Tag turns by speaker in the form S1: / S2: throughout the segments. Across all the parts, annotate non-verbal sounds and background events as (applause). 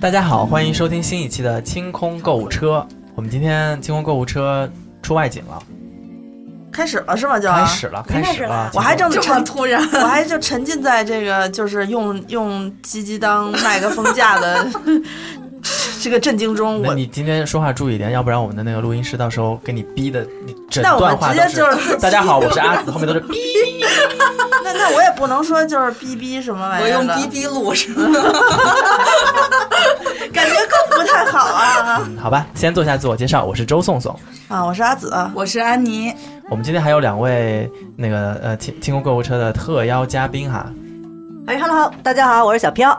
S1: 大家好，欢迎收听新一期的清空购物车。我们今天清空购物车出外景了，
S2: 开始了是啊吗？就
S1: 开始了，
S3: 开
S1: 开
S3: 始
S1: 了
S3: 了。
S2: 我还正
S3: 这
S2: 沉
S3: 么，突然，
S2: (laughs) 我还就沉浸在这个就是用用鸡鸡当麦克风架的这个震惊中。
S1: 那
S2: 我
S1: 你今天说话注意点，要不然我们的那个录音师到时候给你逼的，你整
S2: (laughs) 那我
S1: 段
S2: 们
S1: 话
S2: 直
S1: 都
S2: 接就是
S1: 大家好，我是阿紫，后面都是逼。
S2: 那那我也不能说就是逼逼什么玩意
S3: 我
S2: 儿
S3: 用
S2: 的
S3: 滴滴录是吗？
S2: 感觉更不太好啊
S1: 好吧，先做一下自我介绍，我是周颂颂。
S2: 啊！我是阿紫，
S3: 我是安妮，
S1: 我们今天还有两位那个呃清清空购物车的特邀嘉宾哈，
S4: 哎哈喽，大家好，我是小飘。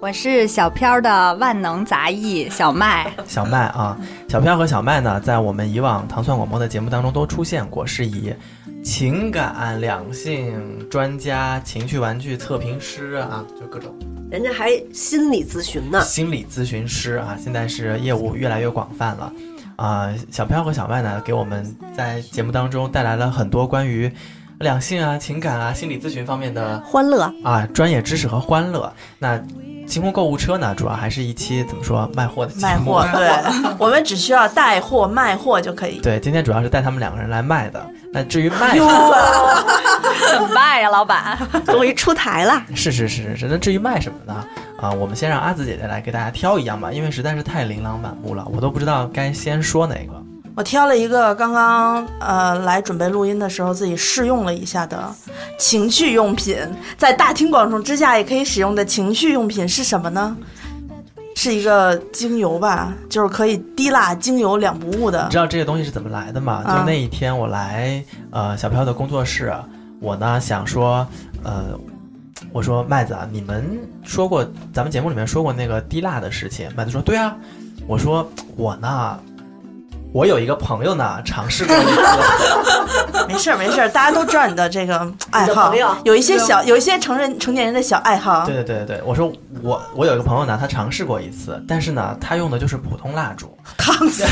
S5: 我是小飘的万能杂役哎小麦，
S1: 小麦啊，小飘和小麦呢，在我们以往糖蒜广播的节目当中都出现过，是以情感、两性专家、情趣玩具测评师啊，就各种
S4: 人家还心理咨询
S2: 嗯
S4: 呢，
S1: 心理咨询师啊，现在是业务越来越广泛了。啊、小飘和小麦呢，给我们在节目当中带来了很多关于两性啊、情感啊、心理咨询方面的
S4: 欢乐。
S1: 啊专业知识和欢乐。那晴空购物车呢，主要还是一期怎么说卖货的节目。
S2: 卖货，对我们只需要带货卖货就可以。
S1: 对，今天主要是带他们两个人来卖的。那至于卖，
S5: 怎么办呀，老板？
S4: 终于出台了，
S1: (laughs) 是是是是是。那至于卖什么呢？啊，我们先让阿紫姐姐来给大家挑一样吧，因为实在是太琳琅满目了，我都不知道该先说哪个。
S2: 我挑了一个刚刚呃来准备录音的时候自己试用了一下的情趣用品，在大庭广众之下也可以使用的情趣用品是什么呢？是一个精油吧，就是可以滴蜡精油两不误的
S1: 你知。道这个东西是怎么来的吗？
S2: 啊
S1: 就是那一天我来呃小飘的工作室，我呢想说，呃，我说麦子啊，你们说过咱们节目里面说过那个滴蜡的事情，麦子说对啊，我说我呢。我有一个朋友呢，尝试过一次，
S2: 没事儿没事儿，大家都知道你的这个爱好
S4: 朋友，
S2: 有一些小有一些成人成年人的小爱好
S1: 对。对对对对，我说我我有一个朋友呢，他尝试过一次，但是呢，他用的就是普通蜡烛， (laughs)
S2: 烫死！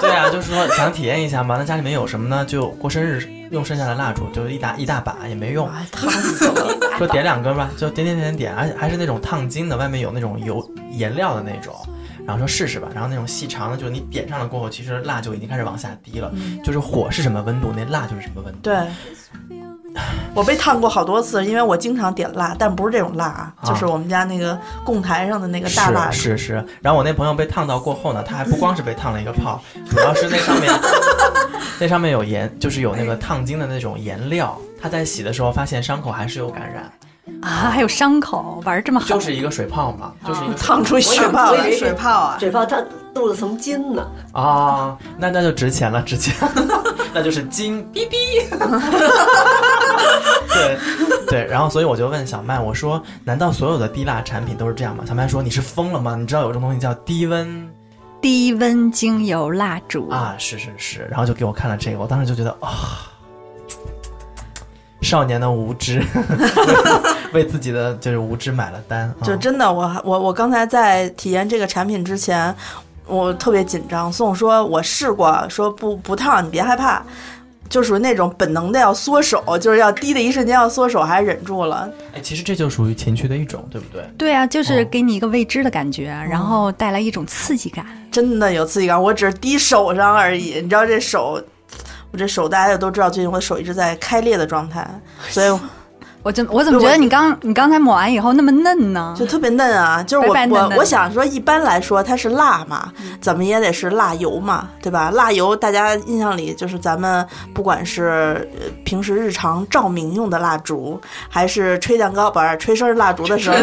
S1: 对啊，就是说想体验一下嘛，那家里面有什么呢？就过生日用剩下的蜡烛，就一大一大把也没用，
S2: 哎烫死了！
S1: 说点两根吧，就点点点点，而且还是那种烫金的，外面有那种油颜料的那种。然后说试试吧，然后那种细长的，就是你点上了过后，其实蜡就已经开始往下滴了，就是火是什么温度，那蜡就是什么温度。
S2: 对，我被烫过好多次，因为我经常点蜡，但不是这种蜡啊，
S1: 啊
S2: 就是我们家那个供台上的那个大蜡。
S1: 是是是。然后我那朋友被烫到过后呢，他还不光是被烫了一个泡，主要是那上面 (laughs) 那上面有盐，就是有那个烫金的那种颜料，他在洗的时候发现伤口还是有感染，
S5: 啊，还有伤口，玩儿这么狠，
S1: 就是一个水泡嘛，就是一个
S2: 烫出血泡
S4: 我
S2: 来
S4: 以为
S3: 水泡啊，
S4: 嘴巴他镀了层金呢。
S2: 哦
S1: 啊，那那就值钱了，值 (laughs) 钱，那就是金哔哔。 (laughs) 对对，然后所以我就问小麦，我说：“难道所有的滴蜡产品都是这样吗？”小麦说：“你是疯了吗？你知道有种东西叫低温
S5: 低温精油蜡烛，
S1: 啊？是是是。”然后就给我看了这个，我当时就觉得啊、少年的无知， (laughs) 为自己的就是无知买了单。啊
S2: 就真的，我我我刚才在体验这个产品之前，我特别紧张。宋说我试过，说不不烫，你别害怕，就属于那种本能的要缩手，就是要滴的一瞬间要缩手，还忍住了。
S1: 哎，其实这就属于情趣的一种，对不对？
S5: 对啊，就是
S1: 哦
S5: 给你一个未知的感觉，然后带来一种刺激感。
S2: 真的有刺激感，我只是滴手上而已。你知道这手，我这手大家也都知道，最近我的手一直在开裂的状态，所以
S5: 我就我怎么觉得你刚你刚才抹完以后那么嫩呢？
S2: 就特别嫩啊。就是我
S5: 嗯白白嫩嫩
S2: 我
S5: 的嗯
S2: 我想说，一般来说它是辣嘛，怎么也得是辣油嘛，对吧？辣油大家印象里就是咱们不管是呃平时日常照明用的蜡烛，还是吹蛋糕不是吹生日蜡烛的时候，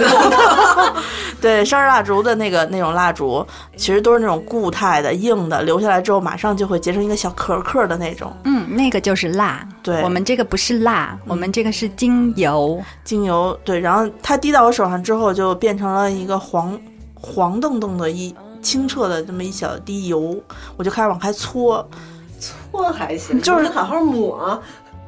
S2: (laughs) 对生日蜡烛的那个那种蜡烛，其实都是那种固态的、硬的，留下来之后马上就会结成一个小壳壳的那种。
S5: 嗯，那个就是蜡。
S2: 对
S5: 我们这个不是蜡，我们这个是精油。
S2: 精油，对，然后它滴到我手上之后，就变成了一个黄黄澄澄的一清澈的这么一小滴油，我就开始往开搓
S4: 我还行，
S2: 就是
S4: 好好抹。啊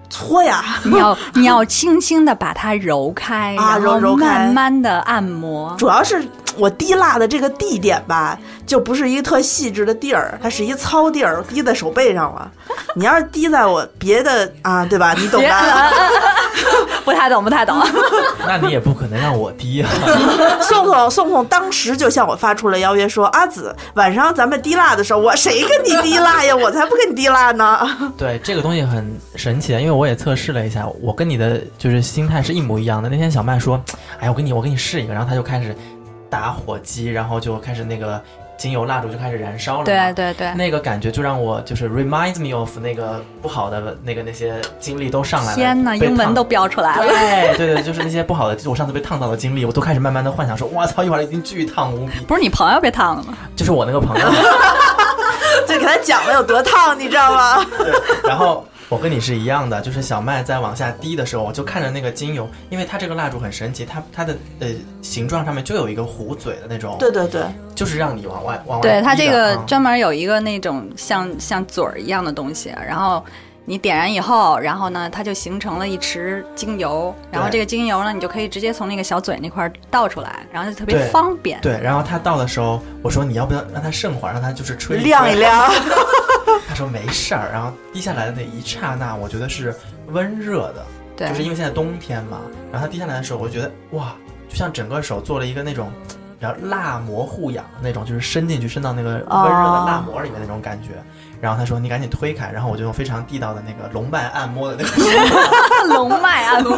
S2: 搓呀， (laughs)
S5: 你要你要轻轻的把它揉开，
S2: 啊
S5: 然
S2: 揉
S5: 后
S2: 揉开
S5: 慢慢的按摩。
S2: 主要是我滴蜡的这个地点吧，就不是一个特细致的地儿，它是一糙地儿，滴在手背上了。你要是滴在我别的啊，对吧？你懂
S5: 别
S2: 的。 (laughs)
S5: (laughs) 不太懂，不太懂。
S1: 那你也不可能让我低啊。 (laughs)
S2: 宋宋宋宋当时就向我发出了邀约，说：“阿紫，晚上咱们滴蜡的时候，我谁跟你滴蜡呀？我才不跟你滴蜡呢！ (laughs)
S1: 对，这个东西很神奇的，因为我也测试了一下，我跟你的就是心态是一模一样的。那天小麦说：“哎，我给你，我给你试一个。”然后他就开始打火机，然后就开始那个精油蜡烛就开始燃烧了嘛。
S5: 对啊对对，
S1: 那个感觉就让我就是 reminds me of 那个不好的那个那些经历都上来了。
S5: 天
S1: 呐，
S5: 呐，英文都标出来了。
S1: (laughs) 对对对，就是那些不好的，就是我上次被烫到的经历，我都开始慢慢的幻想说，我操，一会儿一定巨烫无比。
S5: 不是你朋友被烫了吗？
S1: 就是我那个朋友，
S2: 就给他讲了有多烫，你知道吗？
S1: 然后我跟你是一样的，就是小麦在往下滴的时候，我就看着那个精油，因为它这个蜡烛很神奇，它它的呃形状上面就有一个壶嘴的那种，
S2: 对对对，
S1: 就是让你往外往外滴的。
S5: 对它这个
S1: 嗯
S5: 专门有一个那种像像嘴儿一样的东西，然后你点燃以后，然后呢，它就形成了一池精油，然后
S1: 对
S5: 这个精油呢，你就可以直接从那个小嘴那块儿倒出来，然后就特别
S1: 对
S5: 方便。
S1: 对，然后他到的时候，我说你要不要让它剩会儿，让它就是吹
S2: 晾一
S1: 吹
S2: 晾。
S1: 他说没事儿，然后滴下来的那一刹那，我觉得是温热的，
S5: 对
S1: 就是因为现在冬天嘛。然后它滴下来的时候，我觉得哇，就像整个手做了一个那种比较蜡模护养的那种，就是伸进去伸到那个温热
S2: 哦
S1: 的蜡膜里面那种感觉。然后他说你赶紧推开，然后我就用非常地道的那个龙脉按摩的那个手 (laughs)
S5: 龙脉 (laughs) 啊，
S1: 就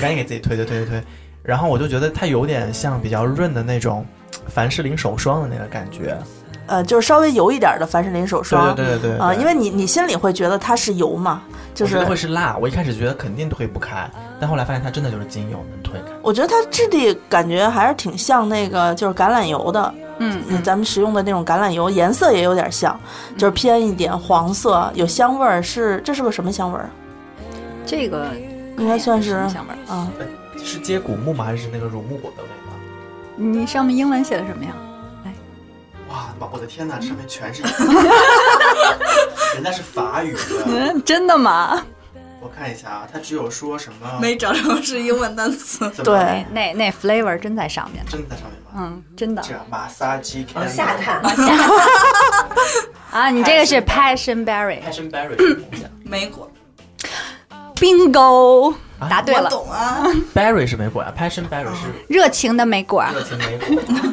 S1: 赶紧给自己推推推推推。然后我就觉得它有点像比较润的那种凡士林手霜的那个感觉。
S2: (laughs) 呃，就是稍微油一点的凡士林手
S1: 对
S2: 霜
S1: 对对对对
S2: 啊、因为你你心里会觉得它是油嘛，就
S1: 我觉
S2: 是
S1: 得会是蜡，我一开始觉得肯定推不开，但后来发现它真的就是精油能推开。
S2: 我觉得它质地感觉还是挺像那个就是橄榄油的，
S5: 嗯，
S2: 嗯咱们食用的那种橄榄油，颜色也有点像，就是偏一点黄色，有香味儿，是这是个什么香味儿啊
S5: 这个
S2: 应该算是
S5: 什么香味儿？
S2: 啊？
S1: 是接骨木吗？还是那个乳木果的味道？
S5: 你上面英文写的什么呀？
S1: 哇，我的天哪，上面全是，人家是法语的。
S5: 嗯，真的吗？
S1: 我看一下啊，它只有说什么
S3: 没找着是英文单词。
S1: 怎么
S2: 对，
S5: 那那 flavor 真在上面。
S1: 真的在上面吗？
S5: 嗯，真的
S1: 这样马萨基
S4: 往下看，
S5: 啊！你这个是 passion berry
S1: ，passion berry
S3: 梅果，
S5: bingo，答对
S3: 我
S5: 了，
S3: 懂啊，
S1: berry 是莓果呀，passion berry 是
S5: 热情的莓果儿。
S1: 热情莓果。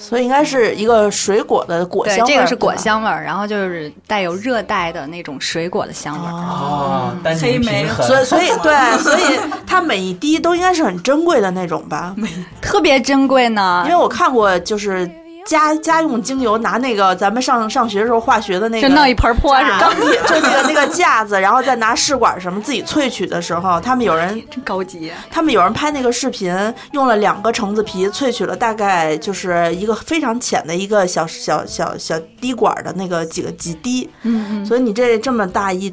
S2: 所以应该是一个水果的果
S5: 对
S2: 香，味
S5: 这
S2: 儿
S5: 个是果。
S2: 对吧
S5: 香味儿，然后就是带有热带的那种水果的香味儿。
S1: 哦，单宁平衡。
S2: 所以，
S5: (laughs)
S2: 所以，对，所以它每一滴都应该是很珍贵的那种吧，
S5: 特别珍贵呢
S2: 因为。我看过，就是家家用精油拿那个咱们上上学时候化学的那
S5: 就
S2: 个
S5: 弄一盆泼是吧？
S2: 钢铁，就那个那个架子，然后再拿试管什么自己萃取的时候，他们有人
S5: (laughs) 真高级，啊
S2: 他们有人拍那个视频，用了两个橙子皮萃取了大概就是一个非常浅的一个小小小小滴管的那个几个几滴，
S5: 嗯嗯，
S2: 所以你这这么大一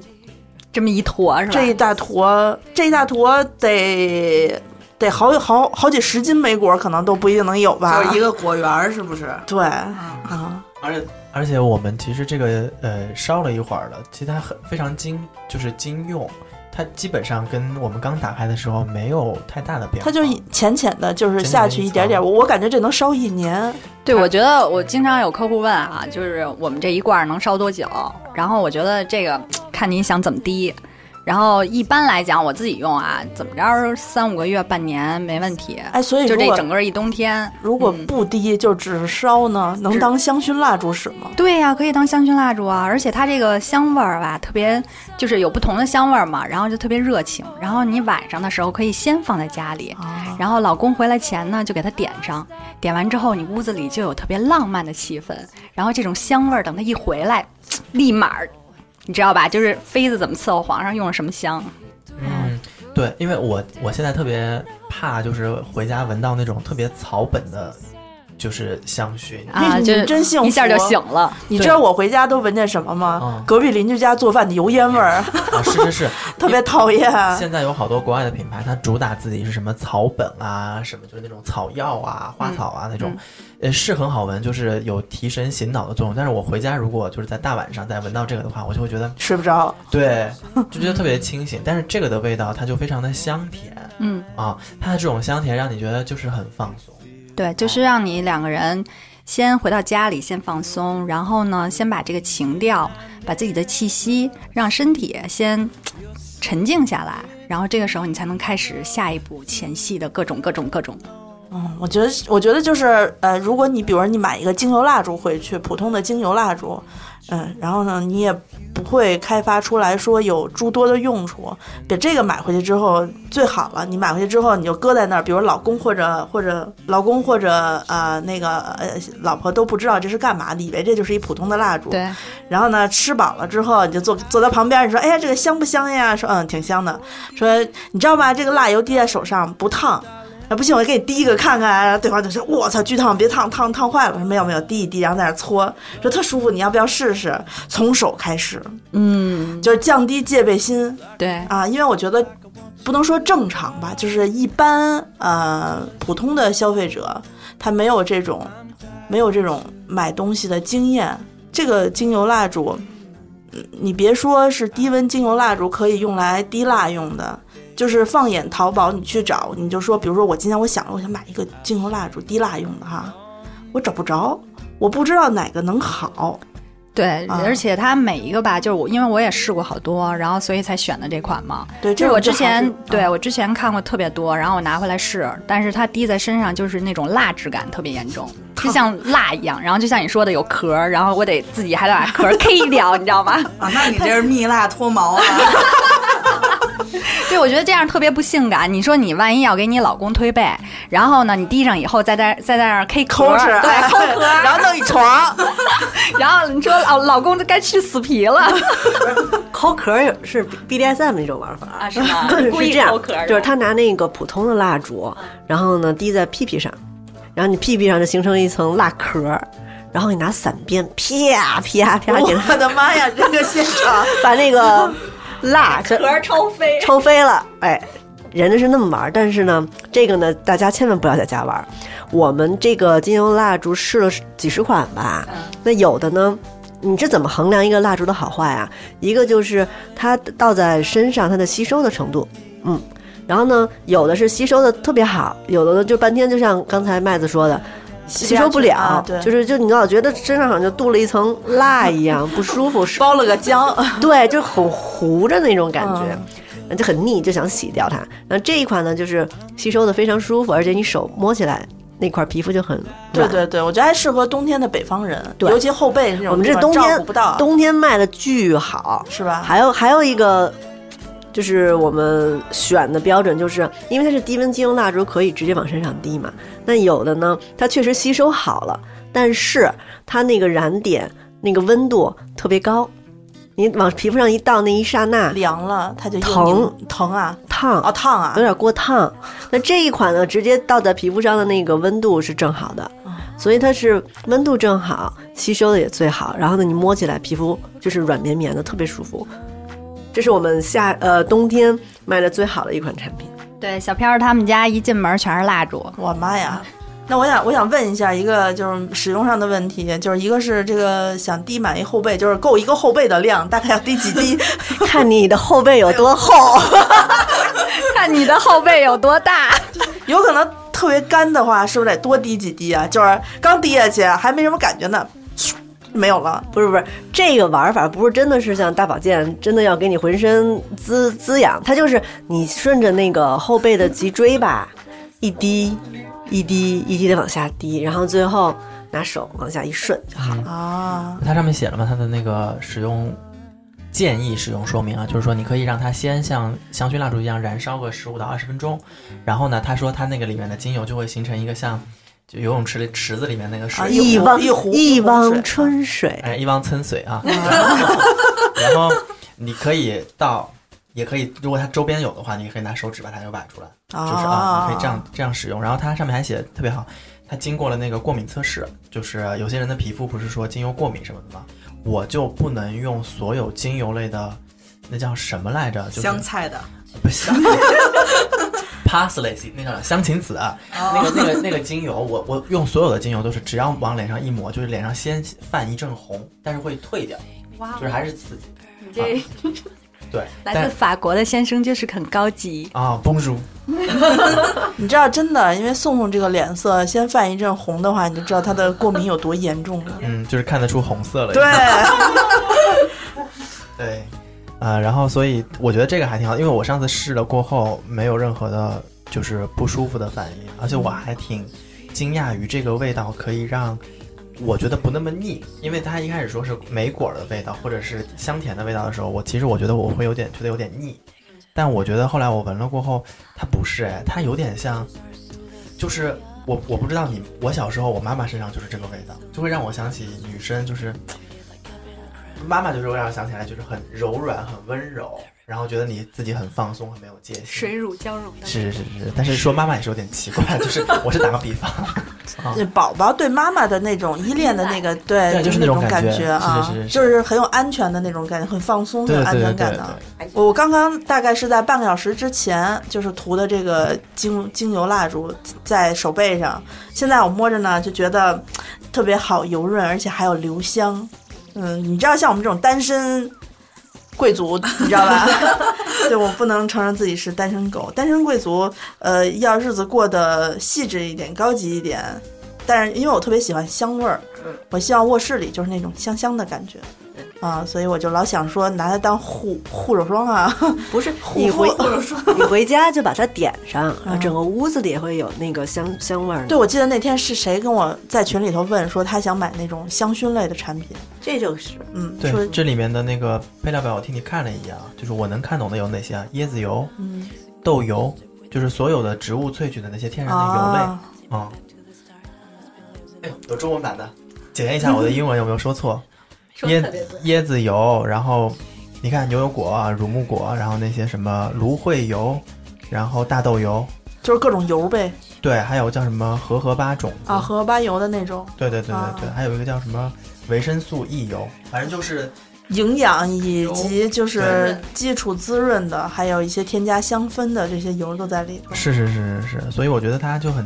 S5: 这么一坨是吧？
S2: 这一大坨这一大坨得得好有好好几十斤莓果可能都不一定能有吧，
S3: 就是一个果园儿是不是？
S2: 对啊，
S1: 而且而且我们其实这个呃烧了一会儿了，其实它很非常精，就是精用，它基本上跟我们刚打开的时候没有太大的变化。
S2: 它就浅浅的，就是
S1: 浅
S2: 下
S1: 浅
S2: 去
S1: 一
S2: 一点点，
S1: 层
S2: 我我感觉这能烧一年，
S5: 对，我觉得我经常有客户问啊，就是我们这一罐儿能烧多久？然后我觉得这个看你想怎么滴。然后一般来讲，我自己用啊，怎么着三五个月、半年没问题。
S2: 哎，所以
S5: 就
S2: 如
S5: 这
S2: 果
S5: 整个一冬天，
S2: 如果
S5: 嗯
S2: 不滴就只是烧呢，能
S5: 只
S2: 当香薰蜡烛使吗？
S5: 对呀、可以当香薰蜡烛啊，而且它这个香味儿吧，特别就是有不同的香味儿嘛，然后就特别热情。然后你晚上的时候可以先放在家里，
S2: 啊，
S5: 然后老公回来前呢就给它点上，点完之后你屋子里就有特别浪漫的气氛。然后这种香味儿，等他一回来，立马儿，你知道吧？就是妃子怎么伺候皇上用了什么香，
S1: 嗯，对，因为我我现在特别怕，就是回家闻到那种特别草本的，就是香薰。
S5: 啊，
S2: 你
S5: 就
S2: 真幸福
S5: 一下就醒了。
S2: 你知道我回家都闻见什么吗
S1: 嗯？
S2: 隔壁邻居家做饭的油烟味儿，
S1: 啊，是是是，
S2: 特别讨厌。
S1: 现在有好多国外的品牌，它主打自己是什么草本啊，什么就是那种草药啊、花草啊、那种，呃，是很好闻，就是有提神醒脑的作用。但是我回家如果就是在大晚上再闻到这个的话，我就会觉得
S2: 睡不着，
S1: 对，就觉得特别清醒。但是这个的味道它就非常的香甜
S5: 嗯，
S1: 啊，它的这种香甜让你觉得就是很放松。
S5: 对，就是让你两个人先回到家里，先放松，然后呢，先把这个情调，把自己的气息，让身体先沉静下来，然后这个时候你才能开始下一步前戏的各种各种各种。
S2: 嗯，我觉得，我觉得就是，呃，如果你比如说你买一个精油蜡烛回去，普通的精油蜡烛，嗯，然后呢，你也不会开发出来说有诸多的用处。给这个买回去之后最好了，你买回去之后你就搁在那儿，比如老公或者或者老公或者呃那个呃老婆都不知道这是干嘛的，以为这就是一普通的蜡烛。
S5: 对，
S2: 然后呢，吃饱了之后，你就坐坐在旁边，你说：“哎呀，这个香不香呀？”说：“嗯，挺香的。”说：“你知道吗？这个蜡油滴在手上不烫。”啊，不信我给你滴一个看看。对方就说：“我操，巨烫，别烫，烫烫坏了。”说：“没有没有，滴一滴，然后在那儿搓，说特舒服，你要不要试试？从手开始，
S5: 嗯，
S2: 就是降低戒备心
S5: 对，
S2: 啊，因为我觉得不能说正常吧，就是一般呃普通的消费者他没有这种没有这种买东西的经验，这个精油蜡烛，嗯你别说是低温精油蜡烛可以用来滴蜡用的。就是放眼淘宝，你去找，你就说，比如说我今天我想了，我想买一个精油蜡烛滴蜡用的哈，我找不着，我不知道哪个能好，
S5: 对，
S2: 啊
S5: 而且它每一个吧，就是我，因为我也试过好多，然后所以才选的这款嘛。
S2: 对，
S5: 就
S2: 这
S5: 是
S2: 种
S5: 我之
S2: 就还是
S5: 前对
S2: 嗯
S5: 我之前看过特别多，然后我拿回来试，但是它滴在身上就是那种蜡质感特别严重，就像蜡一样。然后就像你说的有壳儿，然后我得自己还得把壳儿 (laughs) K 掉，你知道吗？ (laughs)
S3: 啊，那你这是蜜蜡脱毛啊？
S5: 对，我觉得这样特别不性感。你说你万一要给你老公推背，然后呢你滴上以后再在再在那儿 K 壳
S2: 抠
S5: 儿，
S2: 是，
S5: 对抠壳 (laughs) 儿，
S2: 然后弄一床，
S5: 然后你说老老公该去死皮
S2: (laughs)
S5: 了
S4: 抠壳儿也是 BDSM 那种玩法
S5: 啊，是吗？故
S4: 是
S5: 意
S4: 这样
S5: 抠壳儿，啊的，
S4: 就是他拿那个普通的蜡烛，然后呢滴在屁屁上，然后你屁屁上就形成了一层蜡壳儿，然后你拿散鞭啪啪啪哎给它
S2: 我 (laughs) 的妈呀，这个现场
S4: 把那个蜡全
S5: 壳儿超飞。
S4: 抽飞了，哎。人家是那么玩儿，但是呢，这个呢，大家千万不要在家玩儿。我们这个精油蜡烛试了几十款吧，那有的呢，你这怎么衡量一个蜡烛的好坏啊？一个就是它倒在身上它的吸收的程度，嗯，然后呢，有的是吸收的特别好，有的呢就半天，就像刚才麦子说的，吸收不了，
S2: 啊对，
S4: 就是就你老觉得身上好像就镀了一层蜡一样，不舒服，是
S2: 包了个浆，
S4: (laughs) 对，就很糊着那种感觉，
S2: 嗯
S4: 就很腻，就想洗掉它。那这一款呢，就是吸收的非常舒服，而且你手摸起来那块皮肤就很
S2: 对
S4: 软。
S2: 对对，我觉得还适合冬天的北方人，
S4: 对
S2: 尤其后背这种
S4: 我们
S2: 地
S4: 这
S2: 方
S4: 冬
S2: 照顾
S4: 天
S2: 不到，啊
S4: 冬天卖的巨好，
S2: 是吧？
S4: 还有还有一个。就是我们选的标准，就是因为它是低温精油蜡烛，可以直接往身上滴嘛。那有的呢，它确实吸收好了，但是它那个燃点那个温度特别高，你往皮肤上一到那一刹那
S2: 凉了，它就又
S4: 疼嗯
S2: 拧疼啊，
S4: 烫
S2: 哦烫啊
S4: 有，点过烫。那这一款呢，直接倒在皮肤上的那个温度是正好的，所以它是温度正好，吸收的也最好。然后呢，你摸起来皮肤就是软绵绵的，特别舒服。这是我们夏呃冬天卖的最好的一款产品。
S5: 对，小飘儿他们家一进门全是蜡烛， (laughs)
S2: 我妈呀！那我想，我想问一下一个就是使用上的问题，就是一个是这个想滴满一后背，就是够一个后背的量，大概要滴几滴？ (laughs)
S4: 看你的后背有多厚，
S5: 看你的后背有多大。
S2: 有可能特别干的话，是不是得多滴几滴啊？就是刚滴下去还没什么感觉呢，没有了。
S4: 不是不是，这个玩法不是真的是像大保健，真的要给你浑身滋滋养，它就是你顺着那个后背的脊椎吧，一滴一滴一滴的往下滴，然后最后拿手往下一顺就好。
S2: 啊，
S1: 它上面写了嘛，它的那个使用建议使用说明啊，就是说你可以让它先像香薰蜡烛一样燃烧个十五到二十分钟，然后呢，他说它那个里面的精油就会形成一个像就游泳池里池子里面那个水
S2: 啊
S1: 一样，
S2: 一
S4: 一
S2: 壶
S4: 汪
S2: 一壶
S4: 一
S2: 一壶水
S4: 汪春水，
S1: 哎，一汪春水啊，然后你可以到。也可以，如果它周边有的话，你可以拿手指把它给挖出来，就是
S2: 哦
S1: 啊，你可以这样这样使用。然后它上面还写的特别好，它经过了那个过敏测试，就是有些人的皮肤不是说精油过敏什么的吗？我就不能用所有精油类的，那叫什么来着？就是
S3: 香菜的，
S1: 不是 (laughs) 香，parsley 那个香芹子啊，那个那个那个精油，我我用所有的精油都是，只要往脸上一抹，就是脸上先泛一阵红，但是会退掉，就是还是刺激。
S5: 你这
S1: 啊对，
S5: 来
S1: 但
S5: 自法国的先生就是很高级，
S1: 啊，Bonjour，。
S2: 你知道，真的，因为宋宋这个脸色先泛一阵红的话，你就知道她的过敏有多严重了
S1: 嗯，就是看得出红色了。
S2: 对，
S1: 对，啊、然后所以我觉得这个还挺好，因为我上次试了过后没有任何的，就是不舒服的反应，而且我还挺惊讶于这个味道可以让我觉得不那么腻，因为他一开始说是莓果的味道或者是香甜的味道的时候，我其实我觉得我会有点觉得有点腻，但我觉得后来我闻了过后，它不是哎，它有点像，就是。我我不知道你，我小时候我妈妈身上就是这个味道，就会让我想起女生就是妈妈就是会让我想起来，就是很柔软、很温柔，然后觉得你自己很放松、很没有界限。
S5: 水乳交融的。
S1: 是是是是，但是说妈妈也是有点奇怪，就是我是打个比方，啊，
S2: 宝宝对妈妈的那种依恋的那个，对，
S1: 对就是那
S2: 那
S1: 种
S2: 种
S1: 感
S2: 感
S1: 觉
S2: 啊，
S1: 是是是是
S2: 就是很有安全的那种感觉，很放松，很
S1: 对
S2: 有
S1: 对
S2: 安
S1: 对
S2: 全
S1: 对
S2: 感的。
S1: 对，
S2: 我刚刚大概是在半个小时之前，就是涂的这个精精油蜡烛在手背上，现在我摸着呢，就觉得特别好油润，而且还有留香。嗯，你知道像我们这种单身贵族，你知道吧？对我不能承认自己是单身狗，单身贵族，呃，要日子过得细致一点，高级一点。但是因为我特别喜欢香味儿，我希望卧室里就是那种香香的感觉。啊，所以我就老想说拿它当护护手霜啊， (laughs)
S4: 不是
S2: 护
S4: 你
S2: 肤
S4: 回 (laughs) 你回家就把它点上，啊
S2: 嗯
S4: 整个屋子里也会有那个香香味儿。
S2: 对，，我记得那天是谁跟我在群里头问说他想买那种香薰类的产品，
S4: 这就是
S2: 嗯，说
S1: 对，这里面的那个配料表我替你看了一眼啊，就是我能看懂的有哪些啊？椰子油、
S2: 嗯
S1: 豆油，就是所有的植物萃取的那些天然的油类
S2: 啊，
S1: 啊。哎呦，有中文版的，检验一下我的英文有没有说
S2: (laughs)
S1: 错。椰椰子油，然后你看牛油果、啊、乳木果，然后那些什么芦荟油，然后大豆油，
S2: 就是各种油呗
S1: 对，还有叫什么荷荷巴种子
S2: 啊，荷巴油的那种
S1: 对对对对对，
S2: 啊
S1: 还有一个叫什么维生素 E 油，反正就是
S2: 营养以及就是
S1: 对
S2: 基础滋润的，还有一些添加香氛的这些油都在里头，
S1: 是是是是是，所以我觉得它就很，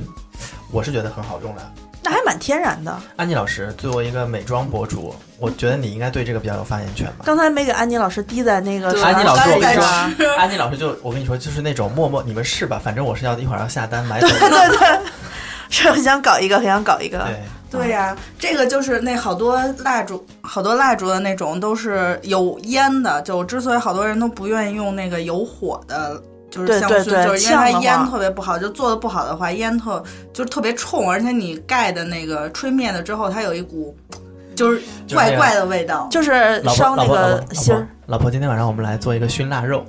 S1: 我是觉得很好用的。
S2: 那还蛮天然的。
S1: 安妮老师作为一个美妆博主，我觉得你应该对这个比较有发言权吧。
S2: 刚才没给安妮老师滴在那个
S3: 对
S2: 手
S1: 安妮老师，
S2: 上
S1: 我跟
S2: 那
S1: 你
S2: 个
S1: 说
S2: 啊，
S1: (laughs) 安妮老师就我跟你说，就是那种默默你们试吧，反正我是要一会儿要下单买走
S2: 对
S1: 的。
S2: 对对， (laughs) 是很想搞一个，很想搞一个。
S1: 对，
S3: 对呀、这个就是那好多蜡烛，好多蜡烛的那种都是有烟的。就之所以好多人都不愿意用那个有火的，就是
S2: 对
S3: 香
S2: 对
S3: 薰，
S2: 对
S3: 就是因为它
S2: 呛得
S3: 烟
S2: 慌
S3: 特别不好，就做的不好的话，烟特就是特别冲，而且你盖的那个吹灭了之后，它有一股就是
S1: 就是
S3: 怪
S1: 那个
S3: 怪的味道。
S2: 就是
S1: 老婆
S2: 烧那
S1: 老婆老
S2: 个
S1: 婆
S2: 芯儿，
S1: 老婆，今天晚上我们来做一个熏腊肉。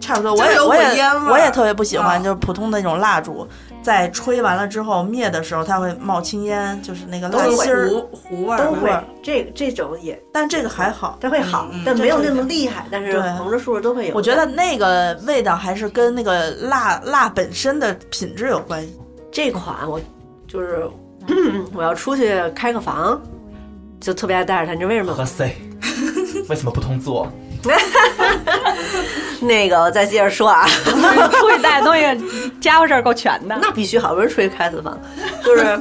S2: 差不多，
S3: 就
S2: 我也
S3: 有
S2: 我
S3: 股
S2: 也
S3: 烟味儿
S2: 我也特别不喜
S3: 啊
S2: 欢，就是普通的那种蜡烛，在吹完了之后灭的时候，它会冒青烟，就是那个
S3: 都
S2: 蜡
S3: 是
S2: 芯儿。
S3: 糊糊味儿
S4: 都
S3: 嘛，
S4: 会这这种也，
S2: 但这个还好，
S4: 它会好，
S3: 嗯
S4: 但没有
S2: 这
S4: 那
S2: 种
S4: 么厉害，但是
S2: 对
S4: 横着竖着都会有。
S2: 我觉得那个味道还是跟那个蜡蜡本身的品质有关系。 (laughs)
S4: 这款我就是 (clears throat) 我要出去开个房，就特别爱带着它。你知道为什么
S1: (laughs)
S2: (laughs)
S1: 哇
S4: 吗？
S1: 塞，为什么不通做？
S4: 那个我再接着说
S5: (laughs)
S4: 啊， (laughs)
S5: 出去带的东西家伙事儿够全的。
S4: 那必须好不容易出去开次房，就是。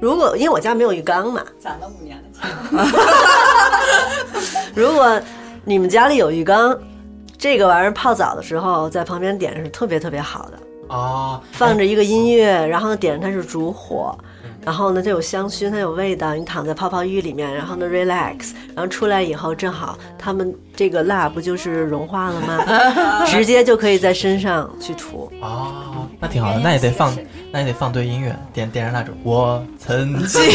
S4: 如果因为我家没有浴缸嘛，
S5: 攒了五年的钱，
S4: 如果你们家里有浴缸，这个玩意儿泡澡的时候在旁边点是特别特别好的。
S1: 啊，
S4: 放着一个音乐，然后呢点着它是烛火，然后呢它有香薰，它有味道。你躺在泡泡浴里面，然后呢 relax，然后出来以后正好它们这个蜡不就是融化了吗？直接就可以在身上去涂。
S1: 哦，那挺好的，那也得放，那也得放对音乐，点点燃蜡烛。我曾经
S2: (laughs)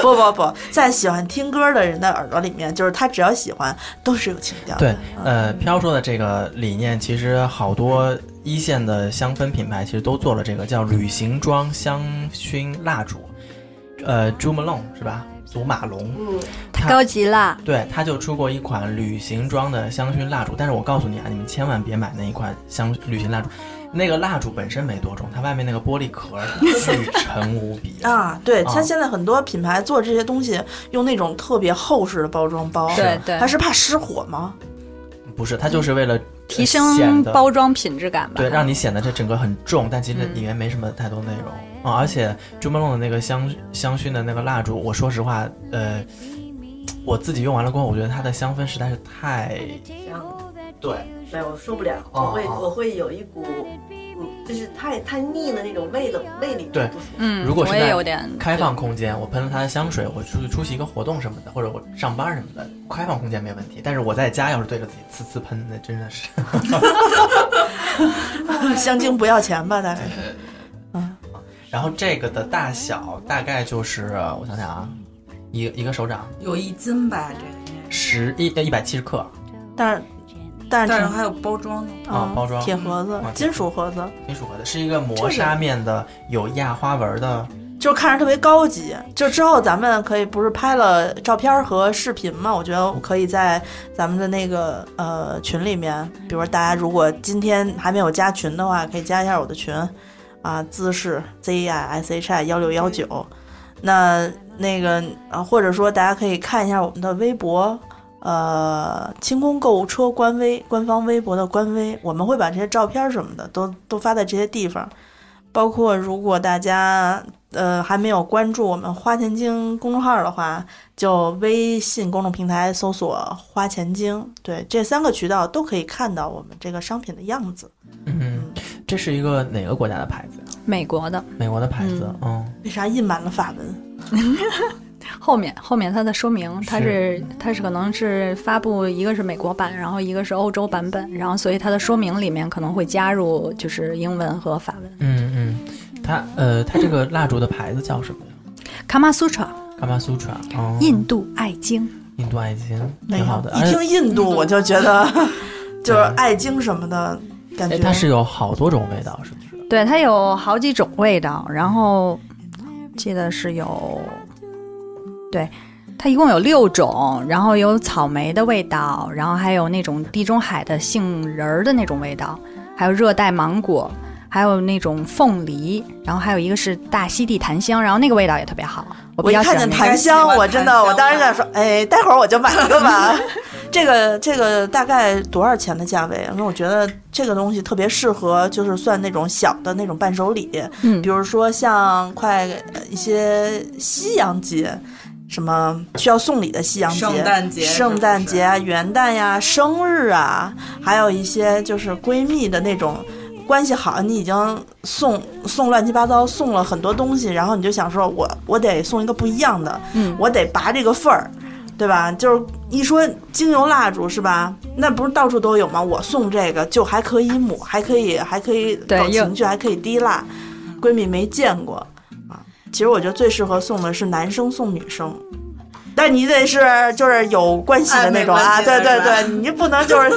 S2: 不不不，在喜欢听歌的人的耳朵里面，就是他只要喜欢，都是有情调的。
S1: 对，呃，飘说的这个理念，其实好多一线的香氛品牌其实都做了这个叫旅行装香薰蜡烛，呃，Ju Malone 是吧？祖马龙，
S5: 太高级了。
S1: 对，他就出过一款旅行装的香薰蜡烛，但是我告诉你啊，你们千万别买那一款香旅行蜡烛，那个蜡烛本身没多重，它外面那个玻璃壳儿 (laughs) 巨沉无比。
S2: 啊，对，
S1: 啊
S2: 他现在很多品牌做这些东西，用那种特别厚实的包装包，
S5: 对对
S2: 他是怕失火吗？ (laughs)
S1: 不是，它就是为了
S5: 提
S1: 显
S5: 升
S1: 得
S5: 包装品质感吧。
S1: 对，让你显得这整个很重，但其实里面没什么太多内容。啊、而且朱梦龙的那个香香薰的那个蜡烛，我说实话，呃，我自己用完了过后，我觉得它的香氛实在是太对，
S4: 没有，哎我受不了，
S1: 哦
S4: 我会
S1: 哦
S4: 我会有一股，嗯，就是太太腻的那种味了，味里
S1: 对
S4: 不舒服。
S5: 嗯，
S1: 如果是
S5: 我也
S1: 在
S5: 有点
S1: 开放空间，我喷了它的香水，我出去出席一个活动什么的，或者我上班什么的，开放空间没问题。但是我在家要是对着自己呲呲喷，那真的是 (laughs)
S2: 香精不要钱吧？大概
S1: 然后这个的大小大概就是，我想想啊，一一个手掌
S3: 有一斤吧，这个，
S1: 十一一百七十克，
S2: 但是但是
S3: 但是
S2: 挺
S3: 还有包装呢。
S1: 啊包装
S2: 嗯铁盒子
S1: 啊、
S2: 金属盒子，
S1: 金属盒的，是一个磨砂面的，有压花纹的，
S2: 就是看着特别高级。就之后咱们可以不是拍了照片和视频嘛？我觉得我可以在咱们的那个呃群里面，比如说大家如果今天还没有加群的话，可以加一下我的群啊，姿势 Z I S H I 幺六幺九。那那个啊，或者说大家可以看一下我们的微博。呃，清空购物车官微、官方微博的官微，我们会把这些照片什么的都都发在这些地方，包括如果大家呃还没有关注我们花钱精公众号的话，就微信公众平台搜索“花钱精”，对，这三个渠道都可以看到我们这个商品的样子。
S1: 嗯，这是一个哪个国家的牌子呀？
S5: 美国的
S1: 美国的牌子，嗯，
S2: 为啥印满了法文？
S5: 后面后面它的说明，它
S1: 是
S5: 是它是可能是发布一个是美国版，然后一个是欧洲版本，然后所以它的说明里面可能会加入就是英文和法文。
S1: 嗯嗯，它呃，它这个蜡烛的牌子叫什么呀？
S5: 卡玛苏tra，
S1: 伽马苏传，哦，
S5: 印度爱经。
S1: 印度爱情，
S2: 没
S1: 挺
S2: 有
S1: 好的，
S2: 一
S1: 而且
S2: 听印度我就觉得 (laughs) 就是爱精什么的感觉。
S1: 哎它是有好多种味道，是不是？
S5: 对，它有好几种味道，然后记得是有，对，它一共有六种，然后有草莓的味道，然后还有那种地中海的杏仁儿的那种味道，还有热带芒果，还有那种凤梨，然后还有一个是大溪地檀香，然后那个味道也特别好，
S2: 我
S5: 我比
S2: 一
S5: 较喜
S2: 看
S5: 欢、那
S2: 见
S5: 个
S2: 檀香，我真的，我当时在说，哎，待会儿我就买一个吧。 (laughs) 这个这个大概多少钱的价位啊？因为我觉得这个东西特别适合，就是算那种小的那种伴手礼，
S5: 嗯
S2: 比如说像快呃一些西洋节。什么需要送礼的西洋节、
S3: 圣诞节
S2: 圣诞节啊、元旦呀、生日啊，还有一些就是闺蜜的那种关系好，你已经送送乱七八糟送了很多东西，然后你就想说我我得送一个不一样的，
S5: 嗯
S2: 我得拔这个份儿，对吧？就是一说精油蜡烛是吧？那不是到处都有吗？我送这个就还可以抹，还可以还可以
S5: 对
S2: 搞
S5: 又
S2: 情绪，还可以滴蜡。闺蜜没见过啊，其实我觉得最适合送的是男生送女生。但你得是就是有关系的那种啊，
S3: 暧昧关系的
S2: 对对
S3: 是吧
S2: 对，你不能就是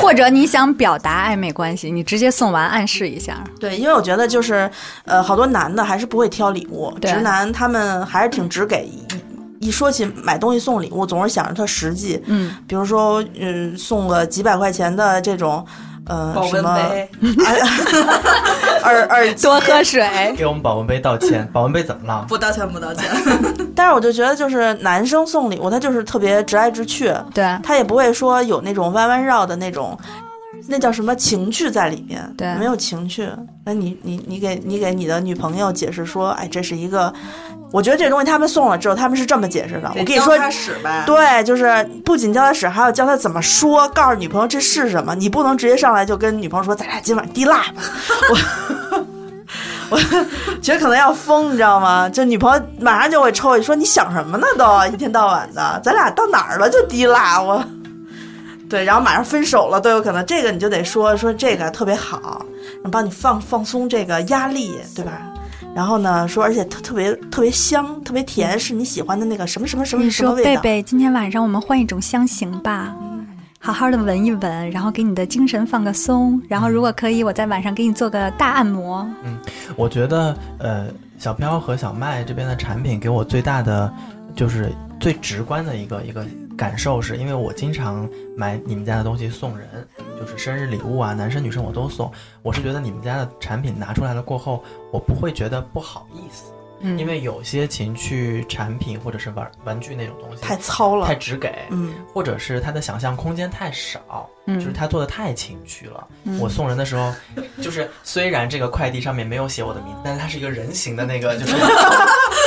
S5: 或者你想表达暧昧关系，你直接送完暗示一下，
S2: 对，因为我觉得就是，呃，好多男的还是不会挑礼物，
S5: 对
S2: 直男他们还是挺直给。一一说起买东西送礼物，总是想着特实际，
S5: 嗯，
S2: 比如说，嗯，送个几百块钱的这种，呃
S3: 保，
S2: 什
S3: 温
S2: 么哎
S3: 杯，
S2: (laughs) 耳耳机。
S5: 多喝水，
S1: 给我们保温杯道歉，保温杯怎么了？
S3: 不道歉不道歉，
S2: 但是我就觉得，就是男生送礼物，他就是特别直来直去，
S5: 对
S2: 他也不会说有那种弯弯绕的那种，那叫什么情趣在里面，
S5: 对
S2: 没有情趣。那你你你给你给你的女朋友解释说，哎，这是一个，我觉得这东西他们送了之后，他们是这么解释 (laughs) 的。我跟你说
S3: 教，他使吧，
S2: 对，就是不仅教他使，还要教他怎么说，告诉女朋友这是什么。你不能直接上来就跟女朋友说，咱俩今晚滴蜡吧。 (laughs) 我我觉得可能要疯，你知道吗？这女朋友马上就会抽你说你想什么呢都？一天到晚的，咱俩到哪儿了就滴蜡我。对，然后马上分手了都有可能，这个你就得说说这个特别好，能帮你放放松这个压力，对吧？然后呢，说而且特特别特别香，特别甜，是你喜欢的那个什么什么什么
S5: 你
S2: 什么
S5: 说
S2: 味
S5: 贝
S2: 道。
S5: 贝，今天晚上我们换一种香型吧，好好的闻一闻，然后给你的精神放个松，然后如果可以，我在晚上给你做个大按摩。
S1: 我觉得呃，小飘和小麦这边的产品给我最大的就是最直观的一个一个感受是，因为我经常买你们家的东西送人，就是生日礼物啊，男生女生我都送。我是觉得你们家的产品拿出来了过后，我不会觉得不好意思。
S5: 嗯
S1: 因为有些情趣产品或者是玩玩具那种东西
S2: 太糙了
S1: 太，直给，
S2: 嗯，
S1: 或者是他的想象空间太少，
S5: 嗯
S1: 就是他做的太情趣了。
S5: 嗯
S1: 我送人的时候，就是虽然这个快递上面没有写我的名字，但是它是一个人形的那个，就是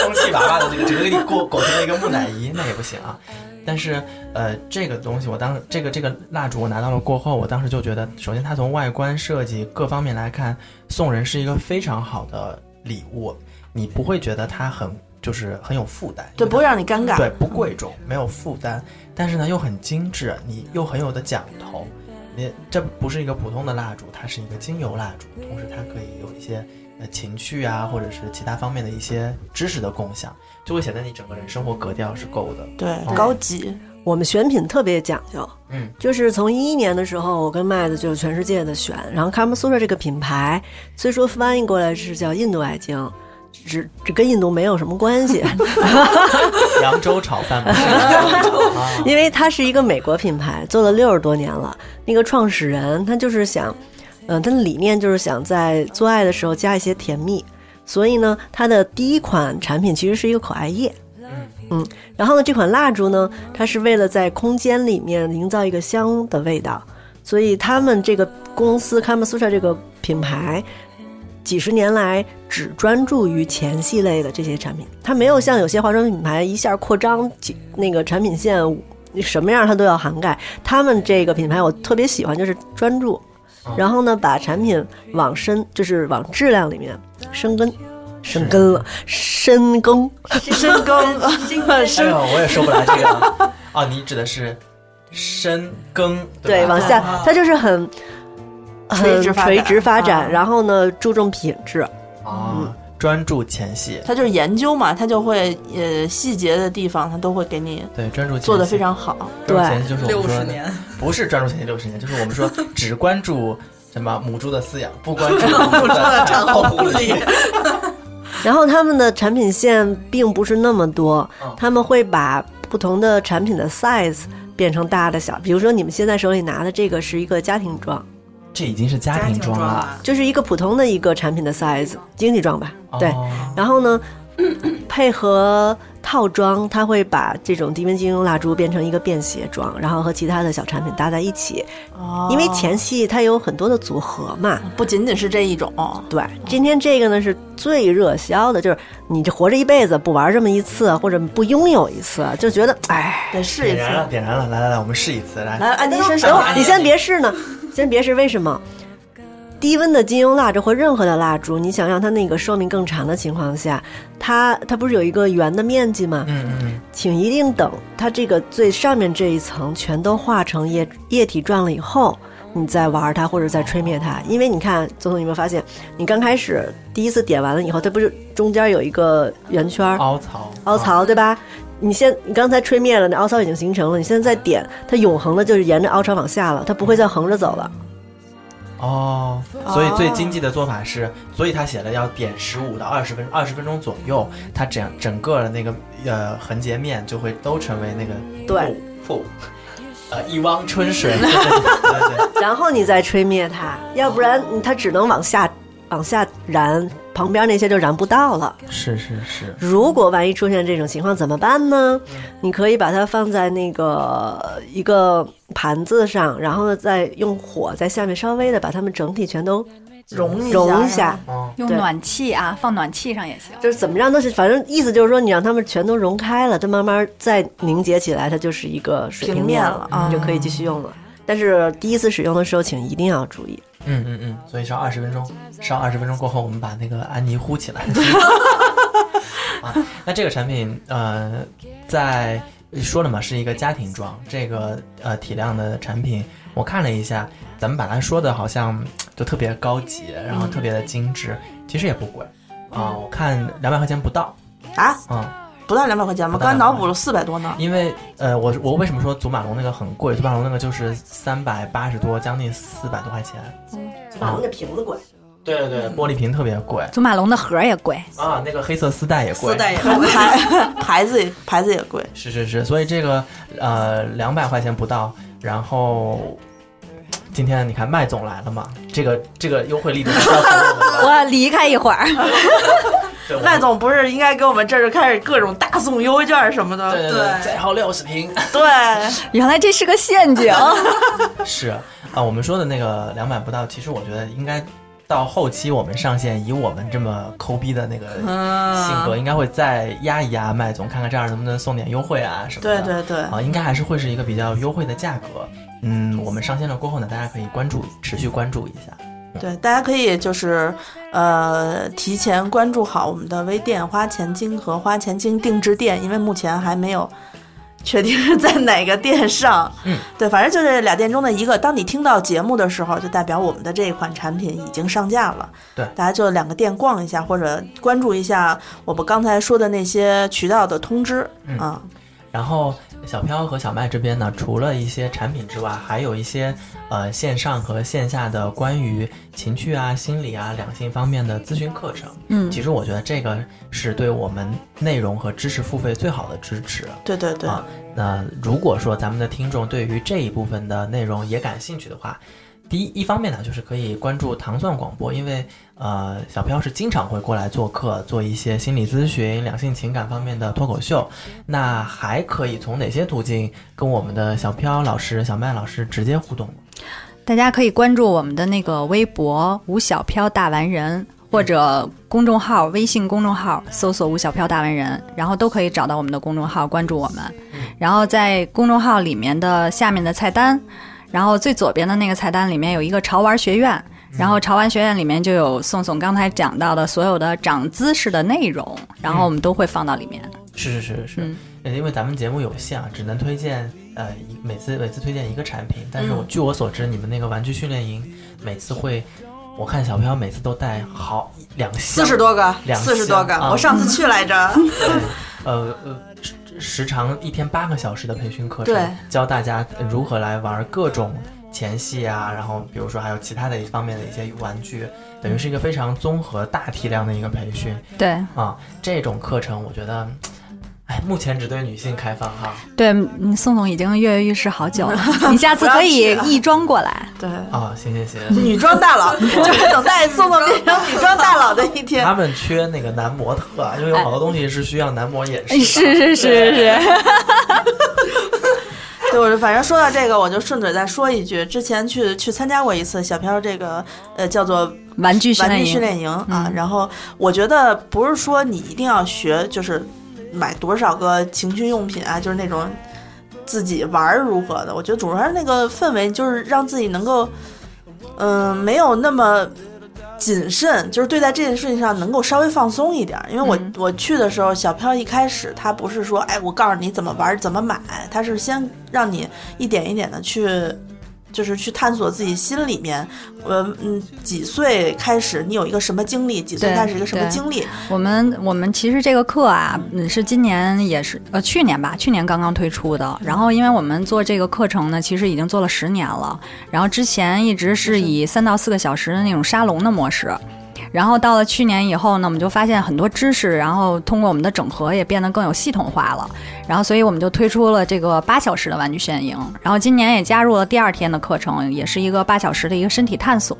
S1: 充气娃娃的这个整个给你裹裹成了一个木乃伊，那也不行啊。但是呃，这个东西我当时这个这个蜡烛我拿到了过后，我当时就觉得，首先它从外观设计各方面来看，送人是一个非常好的礼物，你不会觉得它很就是很有负担，
S2: 对，不会让你尴尬。
S1: 对，不贵重，没有负担，但是呢又很精致，你又很有的讲头。你这不是一个普通的蜡烛，它是一个精油蜡烛，同时它可以有一些呃情趣啊，或者是其他方面的一些知识的共享，就会显得你整个人生活格调是够的。
S2: 对
S1: 嗯
S2: 高级，
S4: 我们选品特别讲究，
S1: 嗯，
S4: 就是从一一年的时候，我跟麦子就全世界的选，然后 k a m s u t r a 这个品牌虽说翻译过来是叫印度爱经，只只跟印度没有什么关系，
S1: 扬州炒饭嘛，
S4: (laughs)
S1: 啊
S4: 因为它是一个美国品牌，做了六十多年了。那个创始人他就是想，嗯、他的理念就是想在做爱的时候加一些甜蜜，所以呢，它的第一款产品其实是一个可爱液。嗯，然后呢，这款蜡烛呢，它是为了在空间里面营造一个香的味道，所以他们这个公司 k a m a s u t r a 这个品牌，几十年来只专注于前戏类的这些产品，它没有像有些化妆品牌一下扩张几那个产品线，什么样它都要涵盖。他们这个品牌我特别喜欢，就是专注，然后呢，把产品往深，就是往质量里面深根，深根了，深耕。
S2: 深
S5: (laughs)
S2: 耕，
S1: 哎呦，我也说不来这个啊！你指的是深耕
S4: 对，
S1: 吧
S4: 往下，它就是很
S2: 垂
S4: 很
S2: 直发展
S4: 垂直发
S2: 啊
S4: 展，然后呢，注重品质。
S1: 啊，专注前戏，
S2: 他就是研究嘛，他就会呃细节的地方，他都会给你
S1: 对，专注前戏
S2: 做的非常好。
S1: 专注
S4: 对
S1: 前戏就是我
S3: 六
S1: 们
S3: 十
S1: 说的
S3: 年，
S1: 不是专注前期六十年，就是我
S4: (laughs)
S1: 们说只关注什么母猪的饲养，不关注 (laughs) 母猪的产后护理。 (laughs)
S4: 然后他们的产品线并不是那么多
S1: 嗯，
S4: 他们会把不同的产品的 size 变成大的小，比如说你们现在手里拿的这个是一个家庭装，
S1: (laughs) 这已经是家
S3: 家
S1: 庭
S3: 庭
S1: 装
S3: 装
S1: 了，
S3: 啊，
S4: 就是一个普通的一个产品的 size 经济装吧， (laughs) 对。
S1: 哦
S4: 然后呢， (clears throat) 配合套装，它会把这种低温精油蜡烛变成一个便携装，然后和其他的小产品搭在一起。
S2: 哦
S4: 因为前戏它有很多的组合嘛，
S2: 不仅仅是这一种，
S4: 对，今天这个呢是最热销的，就是你这活着一辈子不玩这么一次，或者不拥有一次，就觉得哎，
S2: 得试一
S1: 点燃
S2: 次。
S1: 了，点燃了，来来来，我们试一次，来
S2: 来，安迪伸手
S4: 等会
S1: 哎
S4: 儿
S1: 呀
S4: 你先别试呢，先别试，为什么？低温的金油蜡烛或任何的蜡烛，你想让它那个寿命更长的情况下，它它不是有一个圆的面积吗？
S1: 嗯嗯
S4: 请一定等它这个最上面这一层全都化成液液体状了以后，你再玩它或者再吹灭它。因为你看，总统有没有发现，你刚开始第一次点完了以后，它不是中间有一个圆圈
S1: 嗯，
S4: 儿
S1: 凹槽，
S4: 凹槽，对吧？你现你刚才吹灭了，那凹槽已经形成了，你现在再点，它永恒的就是沿着凹槽往下了，它不会再横着走了。
S1: 哦，所以最经济的做法是，所以他写了要点十五到二十分二十分钟左右，它整整个的那个呃横截面就会都成为那个
S4: 对，
S1: 瀑布，呃一汪春水，对对
S4: (laughs)
S1: 对对
S4: 然后你再吹灭它，要不然嗯它只能往下往下燃，旁边那些就燃不到了。 (laughs)
S1: 对，是是是，
S4: 如果万一出现这种情况怎么办呢？
S2: 嗯
S4: 你可以把它放在那个呃一个盘子上，然后呢，再用火在下面稍微的把它们整体全都
S2: 融一下啊
S4: 融一
S2: 是吧
S4: 下，
S1: 哦。
S5: 用
S4: 对
S5: 暖气啊，放暖气上也行。
S4: 就是怎么样都是，反正意思就是说你让它们全都融开了，它慢慢再凝结起来，它就是一个水
S2: 平
S4: 平
S2: 面
S4: 了
S2: 了，啊
S4: 你就可以继续用了。但是第一次使用的时候，请一定要注意。
S1: 嗯嗯嗯，所以烧二十分钟，烧二十分钟过后，我们把那个安妮呼起来。啊，那这个产品，呃，在说了嘛，是一个家庭装，这个呃体量的产品，我看了一下，咱们把它说的好像嗯就特别高级，然后特别的精致，其实也不贵啊、我看两百块钱不到，
S2: 啊，
S1: 嗯，
S2: 不到两百块钱吧？
S1: 不到
S2: 刚才脑
S1: 200
S2: 补了四百
S1: (laughs)
S2: 多呢。
S1: 因为呃，我我为什么说祖马龙那个很贵？祖马龙那个就是三百八十多，将近四百多块钱，啊
S4: 把我们的瓶子滚。
S1: 对对对，玻璃瓶特别贵。
S5: 祖马龙的盒儿也 (laughs) 贵，
S1: 啊，那个黑色丝带也贵，
S3: 自带也
S2: 牌牌牌子也牌子也贵，
S1: 是是是，所以这个呃两百块钱不到，然后今天你看麦总来了嘛，这个这个优惠力度是要给我们的
S5: 我离开一会儿。
S1: 对我
S2: 赖总不是应该给我们这儿就开始各种大送优惠券什么
S1: 对对
S2: 的？
S1: 对，
S3: 对
S1: 再好六十瓶。
S2: 对，
S5: (laughs) 原来这是个陷 (laughs) 阱。
S1: 是啊、我们说的那个两百不到，其实我觉得应该到后期我们上线，以我们这么抠逼的那个性格，应该会再压一压麦总，看看这样能不能送点优惠啊什么的。
S2: 对对对，
S1: 啊，应该还是会是一个比较优惠的价格。嗯，我们上线了过后呢，大家可以关注，持续关注一下。
S2: 对，大家可以就是呃提前关注好我们的微店“花钱精”和“花钱精定制店”，因为目前还没有确定是在哪个店上。
S1: 嗯，
S2: 对，反正就这俩店中的一个。当你听到节目的时候，就代表我们的这一款产品已经上架了。
S1: 对
S2: 大家就两个店逛一下，或者关注一下我们刚才说的那些渠道的通知。
S1: 嗯
S2: 啊，
S1: 然后小飘和小麦这边呢，除了一些产品之外，还有一些呃线上和线下的关于情趣啊、心理啊、两性方面的咨询课程。
S5: 嗯
S1: 其实我觉得这个是对我们内容和知识付费最好的支持。
S2: 对对对，
S1: 啊，那如果说咱们的听众对于这一部分的内容也感兴趣的话，第一一方面呢，就是可以关注糖蒜广播，因为呃，小飘是经常会过来做客，做一些心理咨询、两性情感方面的脱口秀。那还可以从哪些途径跟我们的小飘老师、小麦老师直接互动？
S5: 大家可以关注我们的那个微博“吴小飘大玩人”，或者公众号、微信公众号搜索“吴小飘大玩人”，然后都可以找到我们的公众号，关注我们。然后在公众号里面的下面的菜单，然后最左边的那个菜单里面有一个“潮玩学院”，然后“潮玩学院”里面就有宋宋刚才讲到的所有的长姿势的内容，然后我们都会放到里面。
S1: 是是是是，
S5: 嗯
S1: 呃因为咱们节目有限啊，只能推荐呃一每次每次推荐一个产品，但是我、
S2: 嗯
S1: 据我所知，你们那个玩具训练营每次会，我看小飘每次都带好两箱，
S2: 四十多个，
S1: 两
S2: 四十
S1: 箱
S2: 多个，
S1: 啊
S2: 我上次去来
S1: (laughs)
S2: 着。
S1: 对，呃呃。时时长一天八个小时的培训课程
S2: 对，
S1: 教大家呃如何来玩各种前戏啊，然后比如说还有其他的一方面的一些玩具，等于是一个非常综合大体量的一个培训
S5: 对，
S1: 啊。这种课程我觉得，哎，目前只对女性开放哈、
S5: 对，嗯宋总已经跃跃欲试好 (laughs) 久了，你下次可以亦装过来。
S2: 对，
S1: 啊，行行行，
S2: 女装
S1: (laughs)
S2: 大佬，就是等待宋宋变成女装大佬的一天
S1: 他。们缺那个男模特啊，因为有好多东西是需要男模演示
S5: 哎
S1: 的。
S5: (laughs) 是是是是，
S2: 对，我就反正说到这个，我就顺嘴再说一句，之前去去参加过一次小飘这个呃叫做
S5: 玩具训
S2: 玩
S5: 练
S2: 具训
S5: 营，嗯
S2: 练营啊，然后我觉得不是说你一定要学，就是买多少个情趣用品啊，就是那种自己玩儿如何的，我觉得主要是那个氛围，就是让自己能够嗯、没有那么。谨慎，就是对待这件事情上能够稍微放松一点儿。因为我、
S5: 嗯
S2: 我去的时候，小飘一开始他不是说，哎，我告诉你怎么玩儿，怎么买，他是先让你一点一点的去，就是去探索自己心里面，呃嗯，几岁开始你有一个什么经历，几岁
S5: 对
S2: 开始一个什么
S5: 对
S2: 经历，
S5: 我们我们其实这个课啊，嗯是今年也是呃去年吧，去年刚刚推出的。
S2: 嗯
S5: 然后因为我们做这个课程呢，其实已经做了十年了，然后之前一直是以三到四个小时的那种沙龙的模式。然后到了去年以后呢，我们就发现很多知识，然后通过我们的整合也变得更有系统化了。然后，所以我们就推出了这个八小时的玩具训练营。然后今年也加入了第二天的课程，也是一个八小时的一个身体探索。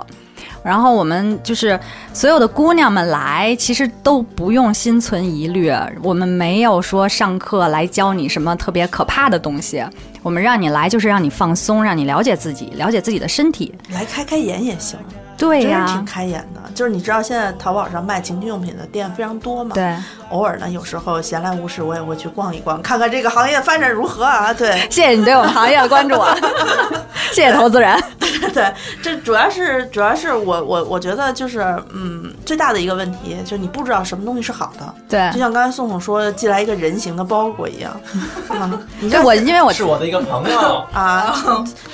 S5: 然后我们就是所有的姑娘们来，其实都不用心存疑虑，我们没有说上课来教你什么特别可怕的东西，我们让你来就是让你放松，让你了解自己，了解自己的身体。
S2: 来开开眼也行，
S5: 对
S2: 真
S5: 呀、
S2: 是挺开眼的。就是你知道现在淘宝上卖情趣用品的店非常多嘛，，
S5: 对，
S2: 偶尔呢有时候闲来无事我也会去逛一逛，看看这个行业发展如何啊，对。 (laughs)
S5: 谢谢你对我们行业的关注啊，谢谢投资人。
S2: 对，这主要是主要是我我我觉得就是嗯，最大的一个问题就是你不知道什么东西是好的，
S5: 对
S2: 就，像刚才宋宋说寄来一个人形的包裹一
S5: (laughs)
S2: 样，啊，你
S5: 对
S2: 看，
S5: 我因为我
S1: 是我的一个朋友
S2: 啊，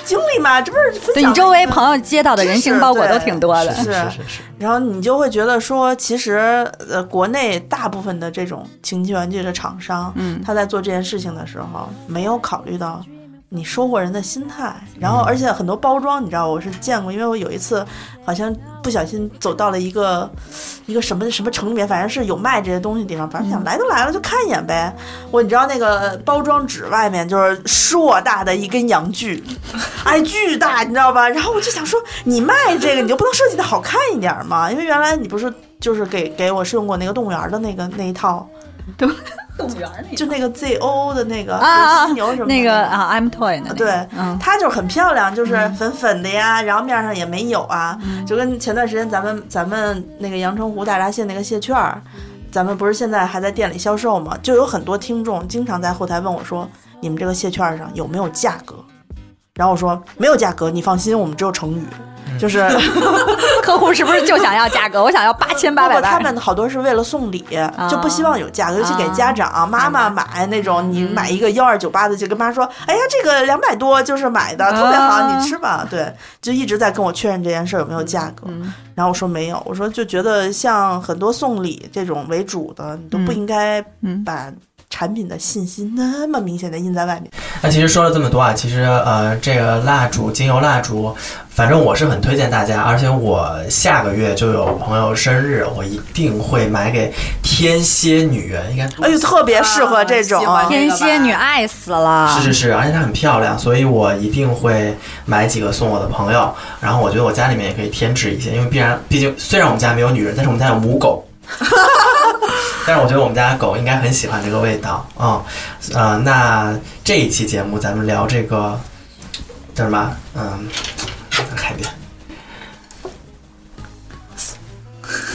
S2: 经历嘛，这不是分
S5: 对
S2: 享
S5: 你周围
S2: 吗
S5: 朋友接到的人形包裹都挺多的
S2: 是。
S1: 是是是，
S2: 然后你就会觉得说，其实呃，国内大部分的这种情趣玩具的厂商，
S5: 嗯
S2: 他在做这件事情的时候，没有考虑到你收货人的心态。
S5: 嗯
S2: 然后，而且很多包装，你知道我是见过，因为我有一次好像不小心走到了一个一个什么什么城里面，反正是有卖这些东西的地方，反正想来都来了就看一眼呗。我你知道那个包装纸外面就是硕大的一根阳
S5: (laughs)
S2: 具，哎，巨大，你知道吧？然后我就想说，你卖这个你就不能设计的好看一点吗？因为原来你不是就是给给我试用过那个动物园的那个那一套。
S5: (laughs) 动物园里
S2: 就那个 Z O O 的那个
S5: 啊
S2: 有犀牛什么的
S5: 那个。啊，I'm Toy 的那个，
S2: 对
S5: 嗯，
S2: 它就是很漂亮，就是粉粉的呀，然后面上也没有啊，
S5: 嗯
S2: 就跟前段时间咱们咱们那个阳澄湖大闸蟹那个蟹券儿，咱们不是现在还在店里销售嘛，就有很多听众经常在后台问我说，你们这个蟹券儿上有没有价格？然后我说没有价格，你放心，我们只有成语，就是
S5: 客户是不是就想要价格？我想要八千八
S2: 包
S5: 百
S2: 括他
S5: 八。啊
S2: 们好多是为了送礼，就不希望有价格，尤其给家长、妈妈买那种，
S5: 嗯
S2: 你买一个幺二九八的，就跟妈说，哎呀，这个两百多就是买的，特别好，
S5: 啊
S2: 你吃吧。对，就一直在跟我确认这件事儿有没有价
S5: 嗯
S2: 格。然后我说没有，我说就觉得像很多送礼这种为主的，你都不
S5: 嗯
S2: 应该
S5: 嗯
S2: 把产品的信息那么明显的印在外面。
S1: 那其实说了这么多啊，其实呃，这个蜡烛精油蜡烛，反正我是很推荐大家，而且我下个月就有朋友生日，我一定会买给天蝎女人，应该
S2: 哎呦，特别适合这种
S3: 喜欢
S5: 天蝎女爱死了，
S1: 是是是，而且它很漂亮，所以我一定会买几个送我的朋友。然后我觉得我家里面也可以添置一些，因为必然，毕竟虽然我们家没有女人，但是我们家有母狗。 (laughs) 但是我觉得我们家的狗应该很喜欢这个味道，嗯，呃，那这一期节目咱们聊这个叫什么？嗯，海边。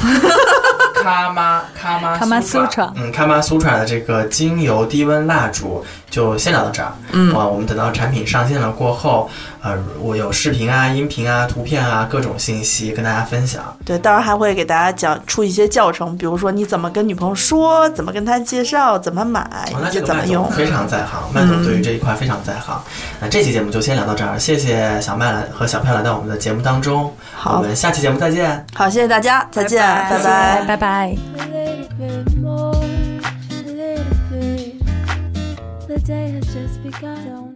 S1: (laughs) 卡玛卡玛
S5: 卡玛
S1: 苏
S5: 苏彻
S1: 嗯，卡玛苏彻的这个精油低温蜡烛就先聊到这儿。
S2: 嗯
S1: 啊，我们等到产品上线了过后，呃，我有视频啊、音频啊、图片啊各种信息跟大家分享。
S2: 对，当然还会给大家讲出一些教程，比如说你怎么跟女朋友说，怎么跟她介绍，怎么买，
S1: 哦，那
S2: 以
S1: 这
S2: 及
S1: 个
S2: 怎
S1: 麦
S2: 么用
S1: 总。非常在行，麦总对于这一块非常在行。那这期节目就先聊到这儿，谢谢小麦来和小票来到我们的节目当中，我
S2: 好
S1: 们下期节目再见。
S2: 好，谢谢大家，再见，
S3: 拜拜
S2: 拜
S5: 拜拜拜。
S6: A little bit more, a little bit. The day has just begun.